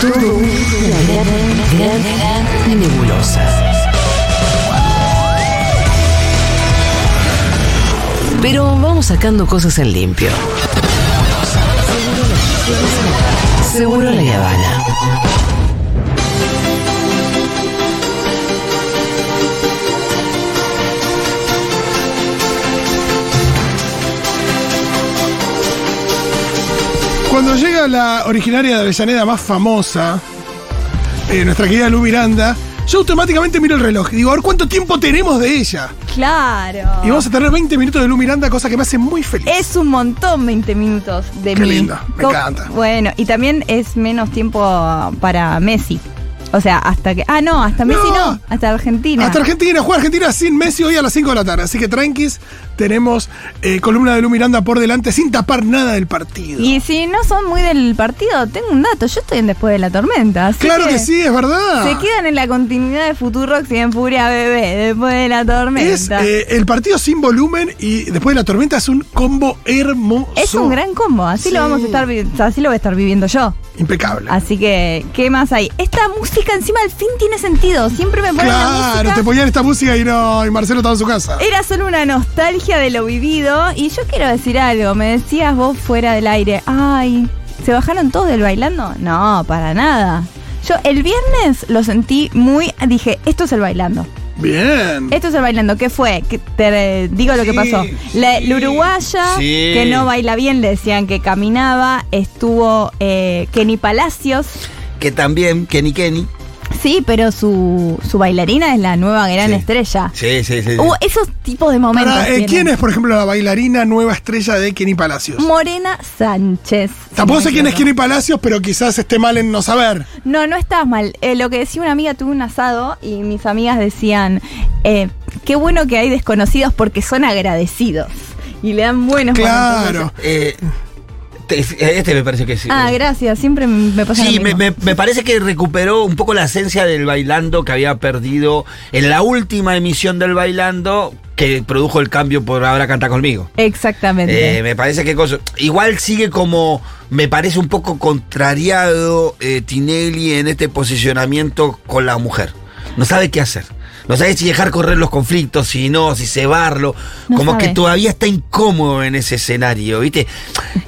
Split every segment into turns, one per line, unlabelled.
Todo una gran, gran nebulosa. Pero vamos sacando cosas en limpio. Seguro la Habana.
Cuando llega la originaria de Avellaneda más famosa, eh, nuestra querida Lu Miranda, yo automáticamente miro el reloj y digo, a ver cuánto tiempo tenemos de ella.
Claro.
Y vamos a tener 20 minutos de Lu Miranda, cosa que me hace muy feliz.
Es un montón 20 minutos de
Qué
mí.
linda, me
Co-
encanta.
Bueno, y también es menos tiempo para Messi. O sea, hasta que. Ah, no, hasta Messi
No.
no, hasta Argentina.
Hasta Argentina, juega Argentina sin Messi hoy a las 5 de la tarde. Así que tranquis, tenemos eh, columna de Lu Miranda por delante sin tapar nada del partido.
y si no son muy del partido, tengo un dato. Yo estoy en Después de la Tormenta. así
claro que, sí, es verdad.
Se quedan en la continuidad de Futurox y en Furia Bebé, después de la
Es
tormenta. Es,
eh, el partido sin volumen y después de la tormenta es un combo hermoso.
un gran combo, así
Sí.
lo vamos a estar vi- así lo voy a estar viviendo yo.
Impecable.
Así que, ¿qué más hay? Esta música encima al fin tiene sentido. Siempre me ponen la
Claro,
música. Eh,
te ponían esta música y no, y Marcelo estaba en su casa.
Era solo una nostalgia de lo vivido. Y yo quiero decir algo. Me decías vos fuera del aire. Ay, ¿se bajaron todos del bailando? No, para nada. Yo el viernes lo sentí muy. Dije, esto es el bailando.
Bien.
Esto es el bailando. ¿Qué fue? Que te eh, digo lo que
Sí,
pasó. La, la uruguaya,
Sí.
que no baila bien, le decían que caminaba. Estuvo eh, Kenny Palacios.
Que también, Kenny Kenny.
Sí, pero su, su bailarina es la nueva gran
Sí.
estrella.
Sí, sí, sí. sí.
Hubo esos tipos de momentos.
Pará, eh,
tienen.
¿Quién es, por ejemplo, la bailarina nueva estrella de Kenny Palacios?
Morena Sánchez.
Tampoco
Si
sé
no me
quién es
equivoco.
Kenny Palacios, pero quizás esté mal en no saber.
No, no estás mal. Eh, lo que decía una amiga, tuve un asado y mis amigas decían, eh, qué bueno que hay desconocidos porque son agradecidos. Y le dan buenos
Claro.
momentos.
Eh, te- este me parece que sí.
Ah, gracias, siempre me me pasa lo
Sí, me,
mismo.
me- me parece que recuperó un poco la esencia del bailando que había perdido en la última emisión del bailando que produjo el cambio por ahora canta conmigo.
Exactamente.
Eh, me parece que cosa. Igual sigue como. Me parece un poco contrariado eh, Tinelli en este posicionamiento con la mujer. No sabe qué hacer. No sabe si dejar correr los conflictos, si no, si cebarlo.
No
como
sabe.
que todavía está incómodo en ese escenario, ¿viste?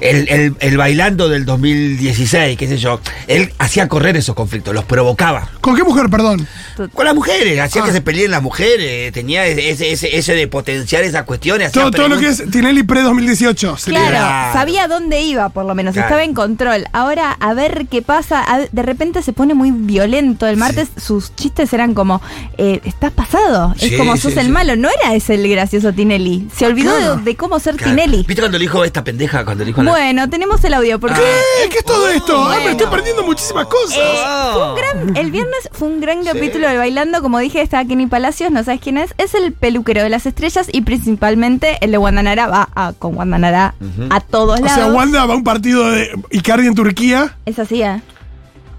El, el- el bailando del 2016, qué sé yo. Él hacía correr esos conflictos, los provocaba.
¿Con qué mujer, perdón?
Con las mujeres, hacía
Ah.
que se peleen las mujeres. Tenía ese, ese, ese de potenciar esas cuestiones. hacía
Todo, todo lo que
preguntas.
es Tinelli pre-2018.
Claro,
Claro.
sabía dónde iba por lo menos,
Claro.
estaba en control. Ahora, a ver qué pasa, a- de repente se pone muy violento. El martes sus chistes eran como, eh, estás pasado,
Sí,
es como
sí,
sos el
sí.
malo, no era ese el gracioso Tinelli. Se olvidó
Claro.
de, de cómo ser
Claro.
Tinelli.
¿Viste cuando le dijo esta pendeja? Cuando le dijo a la-
Bueno, tenemos el audio porque...
¿Qué? ¿Qué es todo esto? Ah, me
bueno.
estoy perdiendo muchísimas cosas.
Eh, fue un
Ah.
gran- el viernes fue un gran capítulo de Bailando, como dije, está Kenny Palacios, no sabes quién es, es el peluquero de las estrellas y principalmente el de Guandanara va a- con Guandanara a todos
o
lados.
sea, Wanda va a un partido de Icardi en Turquía.
es así, ¿eh?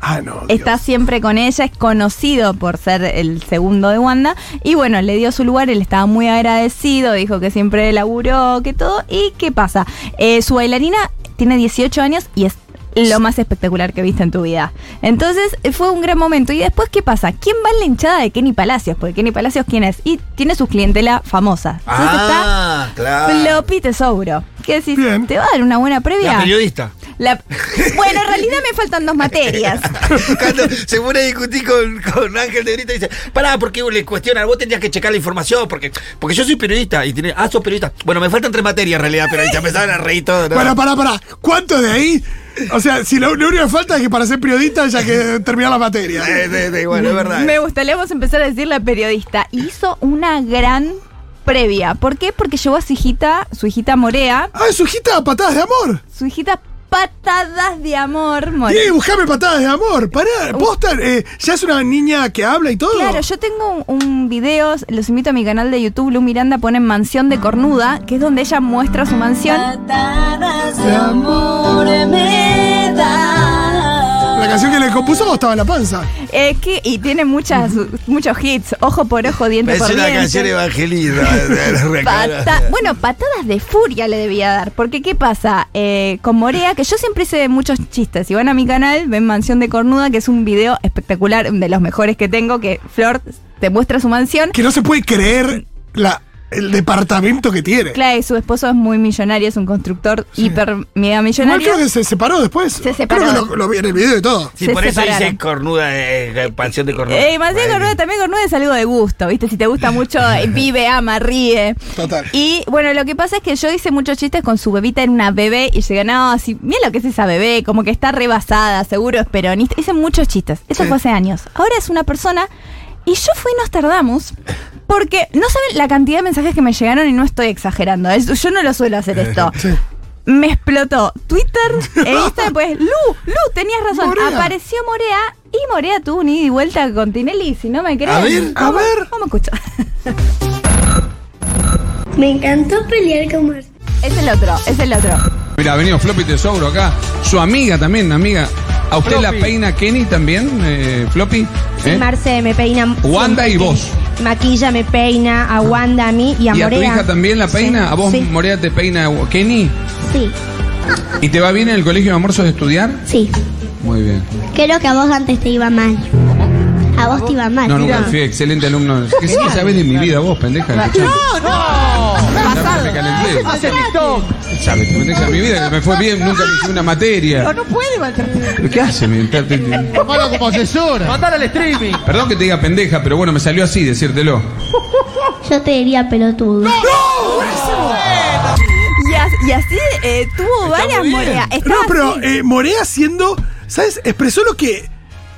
Ah, no. Dios.
Está siempre con ella, es conocido por ser el segundo de Wanda. Y bueno, le dio su lugar, él estaba muy agradecido, dijo que siempre laburó, que todo. ¿Y qué pasa? Eh, su bailarina tiene 18 años y es lo más espectacular que viste en tu vida. Entonces eh, fue un gran momento. ¿Y después qué pasa? ¿Quién va en la hinchada de Kenny Palacios? Porque Kenny Palacios, ¿quién es? Y tiene sus clientela famosas. Entonces
Ah,
está
claro.
Floppy Tesouro. Que si
Bien.
te va a dar una buena
La
previa.
periodista.
La- Bueno, en realidad me faltan dos materias.
Cuando se pone a discutir con, con Ángel de Brito y dice, pará, porque le cuestiona, vos tendrías que checar la información, porque, porque yo soy periodista y tiene, ah, sos periodista. Bueno, me faltan tres materias en realidad, pero ahí se empezaron a reír todo. ¿no?
Bueno, pará, pará. ¿Cuánto de ahí? O sea, si lo, lo único que falta es que para ser periodista haya que terminar la materia.
Sí, sí, sí, Eh, bueno, es verdad.
Me gustaría vamos a empezar a decir la periodista. Hizo una gran previa. ¿Por qué? Porque llevó a su hijita, su hijita Morea,
Ah, es su hijita a patadas de amor.
su hijita patadas de amor. Morea.
Diego, buscame patadas de amor. Pará, posta, eh, ya es una niña que habla y todo.
Claro, yo tengo un, un video, los invito a mi canal de YouTube, Lu Miranda pone Mansión de Cornuda, que es donde ella muestra su mansión.
Patadas de amor me da.
La canción que le compuso estaba en la panza.
Es que, y tiene muchas, muchos hits, ojo por ojo, diente
Es
por
una
diente.
canción evangelista. eh,
Pata- bueno, patadas de furia le debía dar. Porque, ¿qué pasa? Eh, con Morea, que yo siempre hice muchos chistes. Si van a mi canal, ven Mansión de Cornuda, que es un video espectacular, de los mejores que tengo, que Flor te muestra su mansión.
Que no se puede creer la, el departamento que tiene.
Claro, y su esposo es muy millonario, es un constructor hiper mega
Igual
millonario.
creo que se separó después.
Se separó.
Creo que lo, lo vi en el video y todo.
Sí,
se
por eso
separaron.
dice cornuda, eh, expansión de cornuda.
Eh, Mansión de
Bueno.
Cornuda también Cornuda es algo de gusto, ¿viste? Si te gusta mucho, eh, vive, ama, ríe.
Total.
Y bueno, lo que pasa es que yo hice muchos chistes con su bebita en una bebé y llegué, no, así, mira lo que es esa bebé, como que está rebasada, seguro es peronista. Hice muchos chistes. Eso
Sí.
fue hace años. Ahora es una persona y yo fui y nos tardamos. Porque no saben la cantidad de mensajes que me llegaron y no estoy exagerando. es- Yo no lo suelo hacer esto.
Sí.
Me explotó Twitter e Instagram. Pues, Lu, Lu, tenías razón.
Morea.
Apareció Morea y Morea tuvo un ida y vuelta con Tinelli. Si no me creen.
A ver,
a
¿Cómo-
ver.
¿Cómo escuchar?
Me encantó pelear con Marcelo.
Es el otro, es el otro.
Mira, ha venido Floppy Tesouro acá. Su amiga también, amiga. ¿A usted la peina Kenny también, eh, Floppy? ¿Eh?
Marce me peina.
Wanda y
siempre.
vos.
Maquilla me peina, a Wanda a mí y a
¿Y a tu
Morea.
hija también la peina?
Sí,
¿A vos,
Sí,
Morea, te peina Kenny?
Sí,
¿Y te va bien en el colegio de almuerzos de estudiar?
sí.
Muy bien.
Creo que a vos antes te iba mal. A vos te iba mal.
No, nunca fui excelente alumno. ¿Qué sí que sabés de mi vida vos, pendeja? ¡No, no! me calenté. ¡Hace ¿Sabes? Pendeja, mi vida, que me fue bien, nunca me hice una materia. No, no puede maltratar. ¿Qué hace? Me- te- te- te-
como asesora. Matar al streaming.
Perdón que te diga pendeja, pero bueno, me salió así decírtelo.
Yo te diría pelotudo.
Y, as- y así eh, tuvo varias Morea.
No,
Estaba
pero
así.
eh, Morea haciendo, ¿sabes? Expresó lo que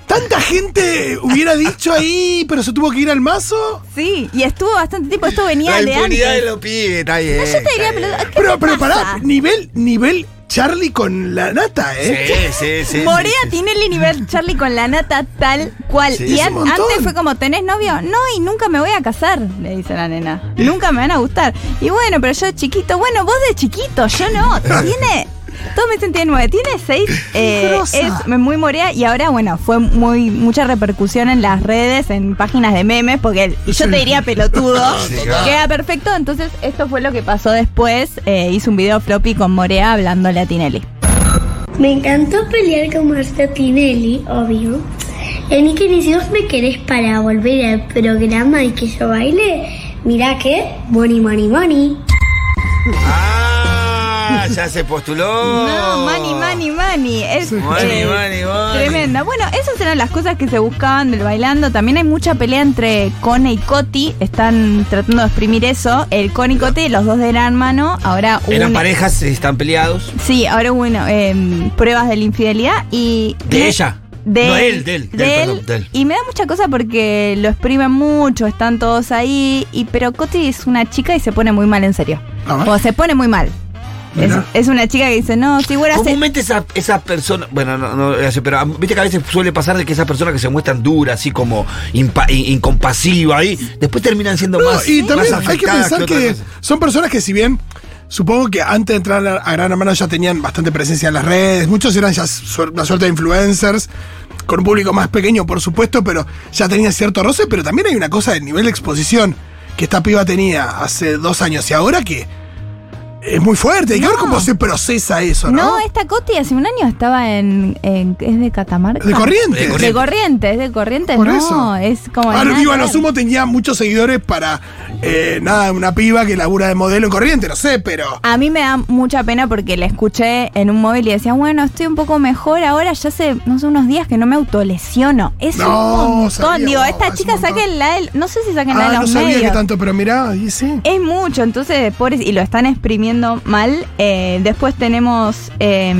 tanta gente hubiera dicho ahí, pero se tuvo que ir al mazo.
Sí, y estuvo bastante tiempo. Esto venía
La
de antes.
impunidad de los pibes, está bien.
No, yo te diría,
está bien.
pero. ¿qué
Pero,
te
pero
pasa?
pará, nivel, nivel Charlie con la nata, ¿eh?
Sí, sí, sí.
Morea
sí, sí.
tiene el nivel Charlie con la nata tal cual.
Sí,
y
es
an-
un montón.
antes fue como, ¿tenés novio? No, y nunca me voy a casar, le dice la nena. Nunca me van a gustar. Y bueno, pero yo de chiquito, bueno, vos de chiquito, yo no. Tiene, todos me dicen tiene nueve, tiene seis. eh,
grosa.
es muy morea y ahora, bueno, fue muy mucha repercusión en las redes, en páginas de memes, porque el- y yo te diría pelotudo.
Sí, claro.
Queda perfecto. Entonces, esto fue lo que pasó después. Eh, hizo un video floppy con Morea hablándole a Tinelli.
Me encantó pelear con Marcelo Tinelli, obvio. En que ni si vos me querés para volver al programa y que yo baile, mirá que money, money, money.
Ah, ya se postuló.
No, mani, mani, mani. Es
Mani,
eh,
mani, mani.
tremenda. Bueno, esas eran las cosas que se buscaban del bailando. También hay mucha pelea entre Cone y Coti. Están tratando de exprimir eso. El Cone y Coti, los dos eran mano. Ahora hubo
Eran
una-
parejas, están peleados.
Sí, ahora hubo una, eh, pruebas de la infidelidad y.
De
me-
ella.
De
No,
él,
él, de él, de él, perdón, de él.
Y me da mucha cosa porque lo exprimen mucho, están todos ahí. Y, pero Coti es una chica y se pone muy mal en serio.
Ah.
O se pone muy mal. Es,
Mirá.
es una chica que dice, no, si fuera
Comúnmente esa- esas personas, bueno, no, no, ya sé, pero ah, viste que a veces suele pasar de que esas personas que se muestran duras, así como impa- in- incompasivas, ahí, después terminan siendo
No,
más.
y también
más
hay que
afectadas
pensar
otra
que
cosa.
son personas que si bien supongo que antes de entrar a a Gran Hermano ya tenían bastante presencia en las redes, muchos eran ya suer- una suerte de influencers, con un público más pequeño por supuesto, pero ya tenían cierto roce, pero también hay una cosa del nivel de exposición que esta piba tenía hace dos años y ahora que es muy fuerte, hay que ver cómo se procesa eso, ¿no?
No, esta Coti hace un año estaba en. en- es de Catamarca.
de corriente.
De
De corriente, es de corriente,
Por
no.
eso.
Es como.
Ahora,
nada
digo, a
que
lo
ver.
sumo tenía muchos seguidores para, eh, nada, una piba que labura de modelo en corriente, no sé, pero...
A mí me da mucha pena porque la escuché en un móvil y decía, bueno, estoy un poco mejor ahora, ya hace, no sé, unos días que no me autolesiono. Es
No,
un montón.
sabía,
Digo,
no, es
esta
un
chica
montón.
sáquenla del, no sé si sáquenla
Ah,
de
no
los
sabía
medios.
que tanto, pero mirá, y sí.
Es mucho, entonces, pobres, y lo están exprimiendo mal. Eh, después tenemos eh,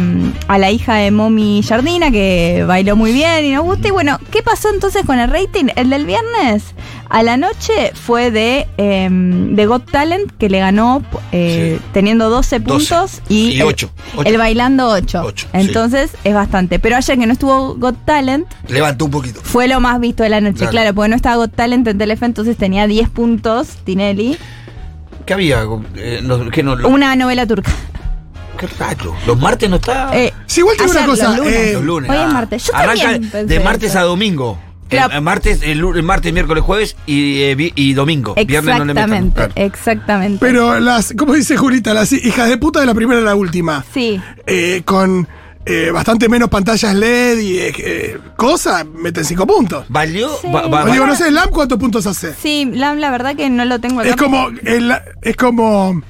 a la hija de Mommy Jardina, que bailó muy bien y nos gusta. Y bueno, ¿qué pasó entonces con el rating? El del viernes a la noche fue de, eh, de Got Talent, que le ganó eh, teniendo 12
12.
puntos y,
Y
el-
ocho, ocho.
El, bailando 8.
Ocho, sí.
entonces es bastante. Pero ayer que no estuvo Got Talent,
Levantó un poquito.
fue lo más visto de la noche.
Claro.
Claro, porque no estaba Got Talent en Telefe, entonces tenía 10 puntos Tinelli.
¿Qué había? Eh, no, ¿qué no, lo-
Una novela turca.
Qué raro. Los martes no está.
Eh,
Sí, igual tengo
ayer,
una cosa,
los lunes.
eh,
los lunes.
Hoy es martes. Yo
Ah. Arranca
también pensé
de martes
eso.
a domingo. Eh,
Claro.
El, el martes, el, lu- el martes, miércoles, jueves y, eh, vi- y domingo. Viernes no le metan.
Exactamente,
Claro.
exactamente.
Pero las, como dice Julita, las hijas de puta de la primera a la última.
sí.
Eh, con eh, bastante menos pantallas LED y eh, eh, cosas, meten cinco puntos.
¿Valió?
Sí.
va- va-
Yo digo, no sé, LAM cuántos puntos hace.
Sí, la, la verdad que no lo tengo acá.
Es como, el- es como,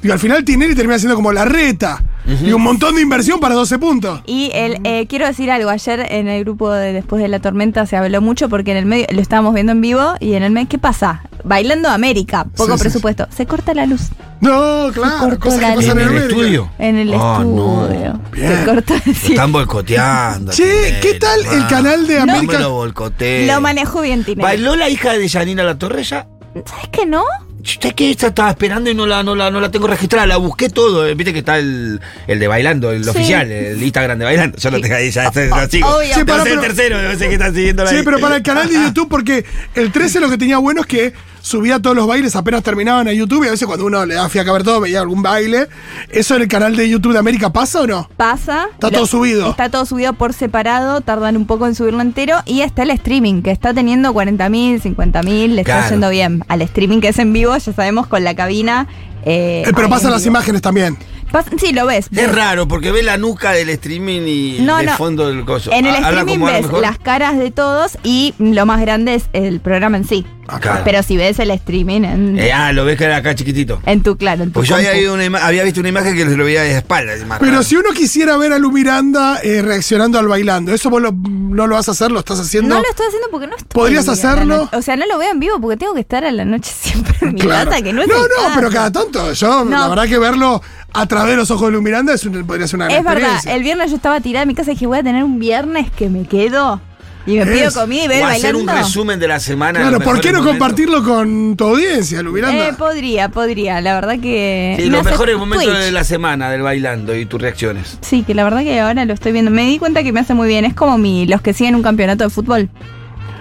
digo, al final Tinelli termina siendo como la reta. Y un montón de inversión para 12 puntos.
Y el, eh, quiero decir algo, ayer en el grupo de Después de la Tormenta se habló mucho porque en el medio lo estábamos viendo en vivo y en el medio, ¿qué pasa? Bailando América, poco
Sí, sí,
presupuesto, se corta la luz
No, claro,
cortó
cosas que
la
pasan
¿En
en
el
América.
estudio?
en el
Ah, no.
estudio.
Bien.
Se corta
Lo
sí.
están boicoteando.
Che, ¿qué
Tinelli,
tal el
ah.
canal de
No
América?
me lo boicoteé.
Lo manejó bien Tinelli.
¿Bailó la hija de Yanina La Torre ya?
¿Sabes que no?
Usted que esta estaba esperando y no la, no la, no la tengo registrada, la busqué todo. eh, Viste que está el, el de bailando, el
Sí.
oficial, el Instagram de bailando. Yo lo tengo ahí, ya está, lo sigo.
obvio. Sí,
Debe
para,
ser el
pero-
tercero, yo sé que están siguiendo la
Sí, pero para el canal de YouTube, porque el 13 lo que tenía bueno es que subía todos los bailes apenas terminaban a YouTube y a veces cuando uno le da fiaca a ver todo, veía algún baile. ¿Eso en el canal de YouTube de América pasa o no?
Pasa.
Está todo subido.
Está todo subido por separado, tardan un poco en subirlo entero. Y está el streaming, que está teniendo 40.000, 50.000, le está
Claro.
yendo bien. Al streaming que es en vivo, ya sabemos, con la cabina. eh,
Eh, pero
ahí
pasan
en
las
vivo.
imágenes también.
Pas- sí, lo ves.
Es raro, porque ve la nuca del streaming y
No,
el
no.
fondo del coso.
En el
Ah, habla
streaming
como habla
ves
mejor.
las caras de todos y lo más grande es el programa en sí.
Ah, claro.
Pero si ves el streaming en,
Eh, ah, lo ves que era acá chiquitito.
en tu claro, en tu
Pues yo había,
compu.
ido una ima- había visto una imagen que se lo veía de espalda. es más
Pero
raro.
si uno quisiera ver a Lu Miranda eh, reaccionando al bailando, ¿eso vos lo- no lo vas a hacer? ¿Lo estás haciendo?
No lo estoy haciendo porque no estoy.
¿Podrías
a la
hacerlo?
noche. O sea, no lo veo en vivo porque tengo que estar a la noche siempre en mi
Claro.
casa, que no es
no,
el
no,
caso.
pero cada tanto. Yo, la
No.
verdad que verlo a través de los ojos de Lu Miranda es un- podría ser una gran
Es verdad,
experiencia.
el viernes yo estaba tirada en mi casa y dije, voy a tener un viernes que me quedo y me pido
Es-
comida y
O
ver
hacer
bailando.
un resumen de la semana.
Claro,
los
¿por qué
mejores
no
momentos.
compartirlo con tu audiencia, Lu Miranda?
Eh, podría, podría, la verdad que.
Sí,
me
los
hace
mejores momentos
Twitch.
de la semana del bailando y tus reacciones.
Sí, que la verdad que ahora lo estoy viendo. Me di cuenta que me hace muy bien. Es como mi, los que siguen un campeonato de fútbol.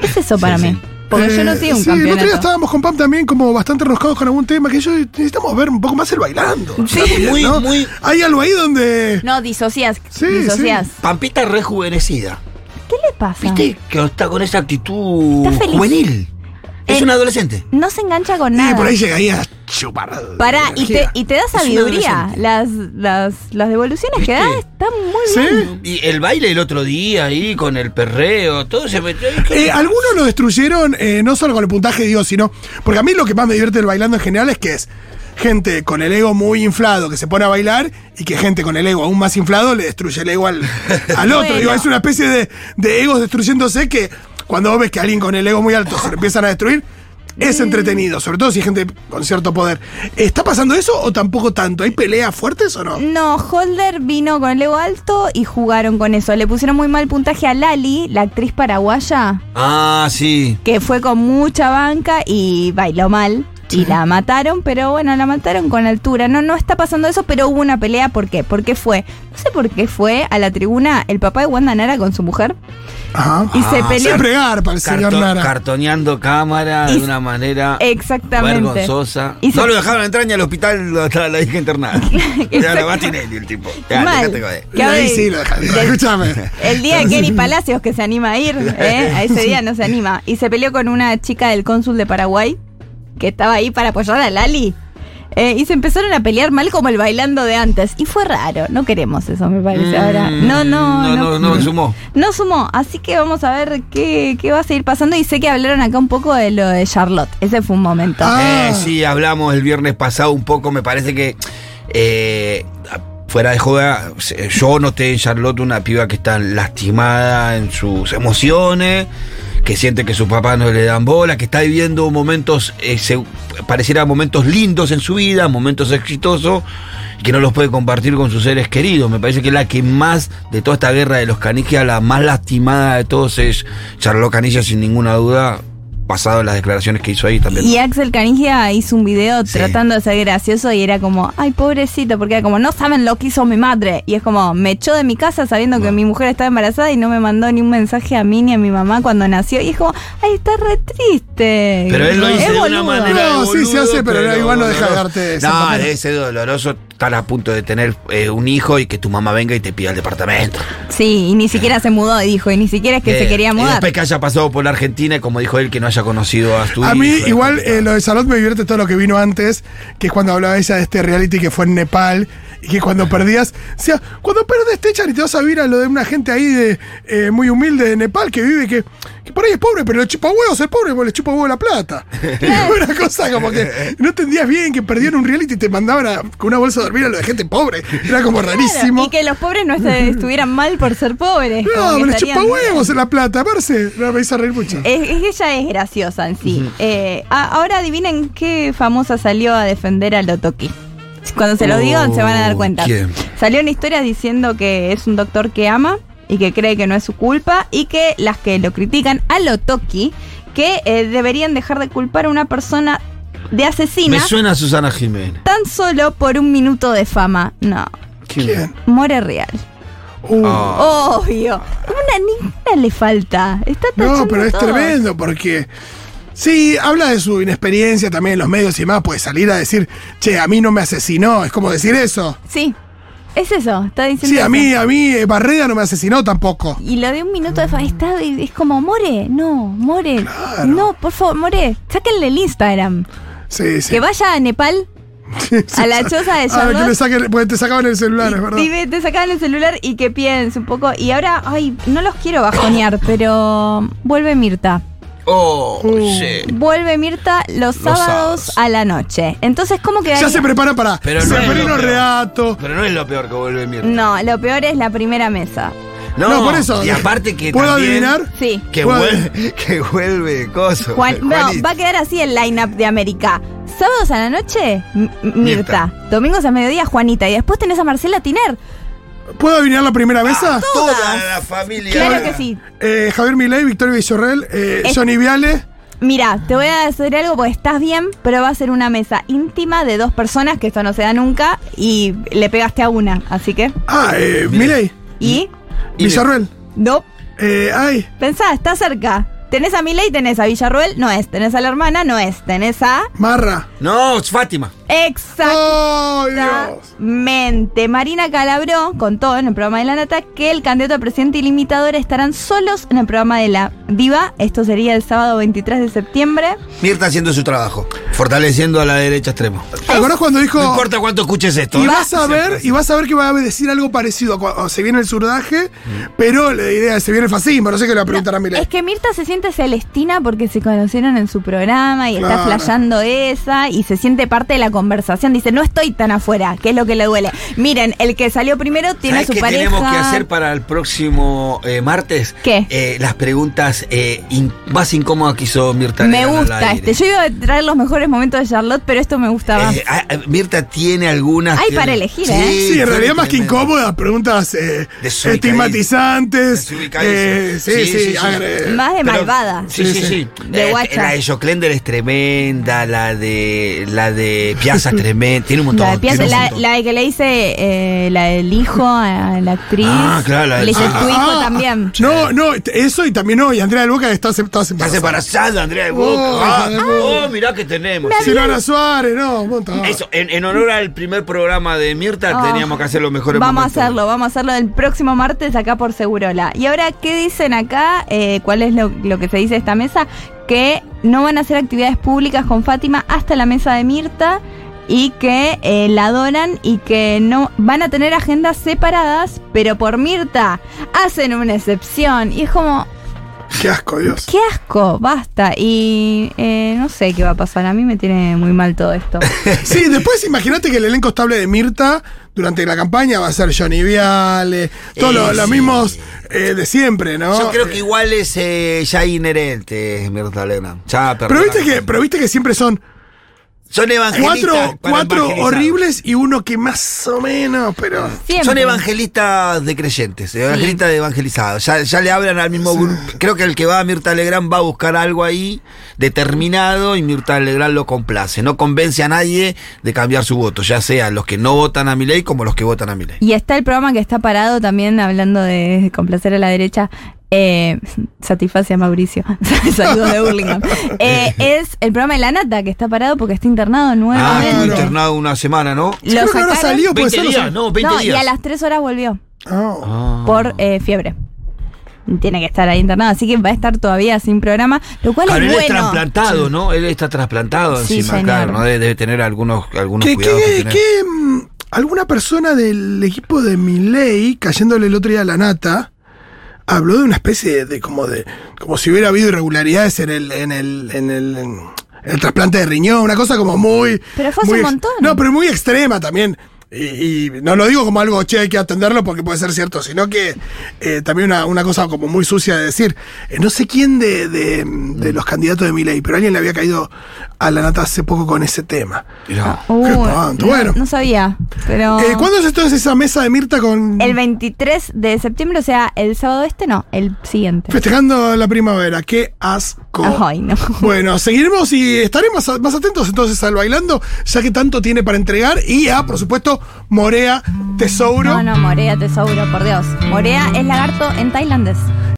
¿Qué es eso para
sí.
mí? Porque yo no
Eh,
sigo un
sí, El otro día
campeonato.
estábamos con Pam también como bastante roscados con algún tema que yo necesitamos ver un poco más el bailando.
Sí.
También,
Muy,
¿no?
muy-
Hay algo ahí donde...
No, disocias.
Sí,
disocias.
Pampita rejuvenecida.
¿Qué le pasa?
¿Viste? Que está con esa actitud
Ah. Está feliz.
juvenil. Es
Eh,
un adolescente.
No se engancha con
Y
nada.
eh, por ahí llegaría a chupar.
Pará, y te,
energía.
y te da
un
sabiduría.
adolescente.
Las, las, las devoluciones que
¿Viste?
da están muy
¿Sí?
bien.
¿Eh? Y el baile el otro día ahí con el perreo, todo se metió. ahí.
Eh, algunos lo destruyeron, eh, no solo con el puntaje, digo, sino. Porque a mí lo que más me divierte del bailando en general es que es gente con el ego muy inflado que se pone a bailar y que gente con el ego aún más inflado le destruye el ego al, al otro.
Bueno.
Digo, es una especie de, de egos destruyéndose que cuando vos ves que alguien con el ego muy alto se lo empiezan a destruir. Es entretenido, sobre todo si hay gente con cierto poder. ¿Está pasando eso o tampoco tanto? ¿Hay peleas fuertes o no?
No, Holder vino con el ego alto y jugaron con eso. Le pusieron muy mal puntaje a Lali, la actriz paraguaya,
Ah, sí.
que fue con mucha banca y bailó mal. Y la mataron, pero bueno, la mataron con altura. No, no está pasando eso, pero hubo una pelea. ¿Por qué? Porque fue, no sé por qué fue a la tribuna el papá de Wanda Nara con su mujer
Ajá.
y se
Ah,
peleó.
Siempre garpa el señor
Carto-
Nara.
Cartoneando cámara
Y-
de una manera
Exactamente.
vergonzosa.
Y se-
No lo dejaron entrar ni al hospital hasta la hija internada. Era la Batinelli el tipo. Ya,
Mal.
dejate joder.
¿Qué
ahí
hay?
sí lo dejaron.
Del-
Escúchame.
El día de Kenny Palacios que se anima a ir, ¿eh? a ese día no se anima. Y se peleó con una chica del cónsul de Paraguay que estaba ahí para apoyar a Lali. Eh, y se empezaron a pelear mal como el bailando de antes. Y fue raro, no queremos eso, me parece
Mm,
ahora. No, no,
No, no, no, sumó.
No sumó, así que vamos a ver qué, qué va a seguir pasando. Y sé que hablaron acá un poco de lo de Charlotte. Ese fue un momento.
Ah.
Eh, sí, hablamos el viernes pasado un poco, me parece que eh, fuera de joda, se- yo noté en Charlotte una piba que está lastimada en sus emociones, que siente que sus papás no le dan bola, que está viviendo momentos, eh, se- pareciera momentos lindos en su vida, momentos exitosos, y que no los puede compartir con sus seres queridos. Me parece que es la que más de toda esta guerra de los canillas, la más lastimada de todos es Charlotte Canilla, sin ninguna duda. Pasado las declaraciones que hizo ahí también.
Y Axel Canigia hizo un video
Sí.
tratando de ser gracioso y era como, ay, pobrecito, porque era como, no saben lo que hizo mi madre. Y es como, me echó de mi casa sabiendo que mi mujer estaba embarazada y no me mandó ni un mensaje a mí ni a mi mamá cuando nació. Y es como, ay, está re triste.
Pero él lo
Eh, Es
hizo de una
boludo.
manera. de
No, sí,
boludo,
se hace, pero igual no deja de darte esa
No,
manera.
debe ser doloroso estar a punto de tener eh, un hijo y que tu mamá venga y te pida el departamento.
Sí, y ni siquiera se mudó, dijo, y ni siquiera es que
Eh,
se quería
Y
mudar.
después que haya pasado por la Argentina, y como dijo él, que no haya conocido a su
A mí,
hijo, es
igual,
complicado.
eh, lo de Salot me divierte todo lo que vino antes, que es cuando hablaba ella de este reality que fue en Nepal, y que cuando perdías, o sea, cuando perdes te echan y te vas a vivir a lo de una gente ahí de eh, muy humilde de Nepal que vive, que, que por ahí es pobre, pero le chupa huevos el pobre, porque le chupa huevo la plata. una cosa como que no entendías bien que perdían un reality y te mandaban a- con una bolsa de dormir a lo de gente pobre. Era como
Claro,
rarísimo.
y que los pobres no se- estuvieran mal por ser pobres. como
no,
que
me le
estarían- Eh,
chupa huevos la plata, parce. No, me hizo reír mucho.
Es, es- ella es graciosa en sí. Eh, a- ahora adivinen qué famosa salió a defender a Lotoki. Cuando se lo
Oh,
digan se van a dar cuenta.
¿quién?
Salió en historias diciendo que es un doctor que ama y que cree que no es su culpa y que las que lo critican a Lotoki que eh, deberían dejar de culpar a una persona de
Me
asesina
suena a Susana Jiménez.
tan solo por un minuto de fama. No,
¿Quién?
More Real.
Uh.
Ah.
Obvio. Una niña le falta. Está
No,
tachando
pero es
todo.
tremendo porque. Sí, habla de su inexperiencia también en los medios y demás, puede salir a decir, che, a mí no me asesinó, es como decir eso.
Sí. Es eso, está diciendo.
Sí, a
eso.
mí, a mí, eh, Barreda no me asesinó tampoco.
Y lo de un minuto de fa- está es como, More, no, More.
Claro.
No, por favor, More, sáquenle el Instagram.
Sí, sí.
Que vaya a Nepal, a la choza de
Ah, que
Charlotte.
le saquen, porque te sacaban el celular, es verdad.
Y ve- te sacan el celular y que piense un poco. Y ahora, ay, no los quiero bajonear, pero vuelve Mirta.
Oh,
Uh.
sí.
Vuelve Mirta los, sábados,
sábados.
a la noche. Entonces, ¿cómo que
Ya se prepara para
Pero no es
Seferino
lo peor.
Reato.
Pero no es lo peor que vuelve mierda.
No, lo peor es la primera mesa.
No, por eso.
Y aparte que
¿Puedo
también-
adivinar?
Sí.
Que
¿Puedo?
vuelve, que vuelve coso.
Juan, no,
Juanito.
va a quedar así el line-up de América. Sábados a la noche, M- M- Mirta. Domingos a mediodía, Juanita. Y después tenés a Marcela Tiner.
¿Puedo adivinar la
Ah,
primera mesa?
todas.
Toda la familia.
Claro que sí.
Eh, Javier Milei, Victoria Villarreal, eh,
Es-
Johnny Viale.
Mira, te voy a decir algo porque estás bien, pero va a ser una mesa íntima de dos personas, que esto no se da nunca, y le pegaste a una. Así que.
Ah, eh, Milei,
Y.
Y-
Villarreal.
No.
Eh, ay,
Pensá, está cerca. Tenés a Milei, tenés a Villarruel, no es. Tenés a la hermana, no es. Tenés a.
Marra.
No, Fátima.
Exacto.
¡Ay, Dios!
Exactamente. Marina Calabró contó en el programa de la Nata que el candidato a presidente ilimitador estarán solos en el programa de la Diva. Esto sería el sábado 23 de septiembre.
Mirta haciendo su trabajo, fortaleciendo a la derecha extrema.
¿Te acordás cuando dijo.?
No importa cuánto escuches esto.
Y
¿eh?
vas a ver, y vas a ver que va a decir algo parecido a cuando se viene el surdaje,
Mm.
pero la idea es se viene el fascismo, no sé qué le va a preguntar a Milei.
Es que Mirta se siente celestina porque se conocieron en su programa y está
Claro.
flasheando esa y se siente parte de la conversación. Dice, no estoy tan afuera, que es lo que le duele. Miren, el que salió primero tiene a
¿Sabés
su
qué
pareja.
tenemos que hacer para el próximo eh, martes?
¿Qué?
Eh, las preguntas eh, in- más incómodas que hizo Mirta.
me
Legrand al
gusta
aire.
este. Yo iba a traer los mejores momentos de Charlotte, pero esto me gusta más.
Eh, ah, ah, Mirta tiene algunas.
Hay
tiene-
para elegir, ¿eh?
Sí, en realidad más que
tremendo.
incómodas, preguntas eh,
Desubicadiz-
estigmatizantes.
desubicadiz-
eh, sí, sí,
Sí, sí, sí.
agre-
más de
Pero-
malvada.
Sí,
Sí,
sí,
sí.
sí.
De
Eh,
guacha.
la de Joclender es tremenda, la de la de Piazza es tremenda, tiene un montón.
La, de Piazza,
tiene un
la,
montón.
la de que le dice eh, la del hijo a la actriz.
Ah, claro, la
Le
del-
dice
ah,
tu hijo
ah,
también.
No, no, eso y también hoy. Andrea del Boca está, se- está
Estás
separada.
embarazada, Andrea de Boca.
Oh,
Ah,
hija de
oh, mirá que tenemos. sí.
Silvana Suárez, no, un montón.
Eso, en, en honor al primer programa de Mirta,
Ah.
teníamos que hacer los mejores
Vamos a
momentos.
hacerlo, vamos a hacerlo el próximo martes acá por Segurola. Y ahora, ¿qué dicen acá? Eh, ¿Cuál es lo, lo que se dice de esta mesa? Que no van a hacer actividades públicas con Fátima hasta la mesa de Mirta y que eh, la adoran y que no van a tener agendas separadas, pero por Mirta hacen una excepción. Y es como,
Qué asco, Dios.
qué asco, basta. Y eh, no sé qué va a pasar, a mí me tiene muy mal todo esto.
Sí, después imagínate que el elenco estable de Mirta durante la campaña va a ser Johnny Viale, todos
Eh,
los, los
sí.
mismos eh, de siempre, ¿no?
Yo creo que
Eh,
igual es eh, ya inherente, Mirta Legrand. Ya,
Pero
perdón.
viste que, pero viste que siempre son
Son evangelistas.
cuatro,
para
cuatro
evangelizar.
horribles y uno que más o menos, pero.
Siempre.
Son evangelistas de creyentes, evangelistas de evangelizados. Ya, ya le hablan al mismo grupo. Creo que el que va a Mirta Legrand va a buscar algo ahí determinado y Mirta Legrand lo complace. No convence a nadie de cambiar su voto, ya sea los que no votan a Milei como los que votan a Milei.
Y está el programa que está parado también hablando de complacer a la derecha. Eh, satisface a Mauricio. Saludos de Burlingame. Eh, es el programa de la nata que está parado porque está internado
Ah,
nuevamente.
estuvo
Claro.
internado una semana, ¿no?
Lo
Creo que ahora
sacaron-
salió, puede
20
ser. no
días,
sé.
no, 20
pues, no, y
días.
a las 3 horas volvió
Ah.
Ah.
por eh, fiebre. Tiene que estar ahí internado, así que va a estar todavía sin programa, lo cual
Claro,
es
él es
bueno.
trasplantado, ¿no? Él está trasplantado
Sí,
encima,
señor.
claro, ¿no? Debe, debe tener algunos, algunos
¿Qué,
cuidados que
qué,
tener.
qué, mm, alguna persona del equipo de Milley, cayéndole el otro día a la nata, habló de una especie de, de como de. como si hubiera habido irregularidades en el, en el, en el, en el trasplante de riñón, una cosa como muy.
Pero fue hace
muy
un
ex-
montón.
No, pero muy extrema también. Y, y no lo digo como algo, che, hay que atenderlo porque puede ser cierto, sino que eh, también una, una cosa como muy sucia de decir. Eh, no sé quién de, de-
Mm.
de los candidatos de Milley, pero alguien le había caído a la nata hace poco con ese tema.
Mirá.
Uh,
Qué espanto,
no,
bueno.
no sabía, pero
Eh, ¿Cuándo es entonces esa mesa de Mirta con.
el 23 de septiembre, o sea, el sábado este no, el siguiente.
Festejando la primavera, qué asco.
Ay, no.
Bueno, seguiremos y estaremos a- más atentos entonces al bailando, ya que tanto tiene para entregar. Y a, por supuesto, Morea Tesouro.
No, no, Morea, tesouro, por Dios. Morea es lagarto en tailandés.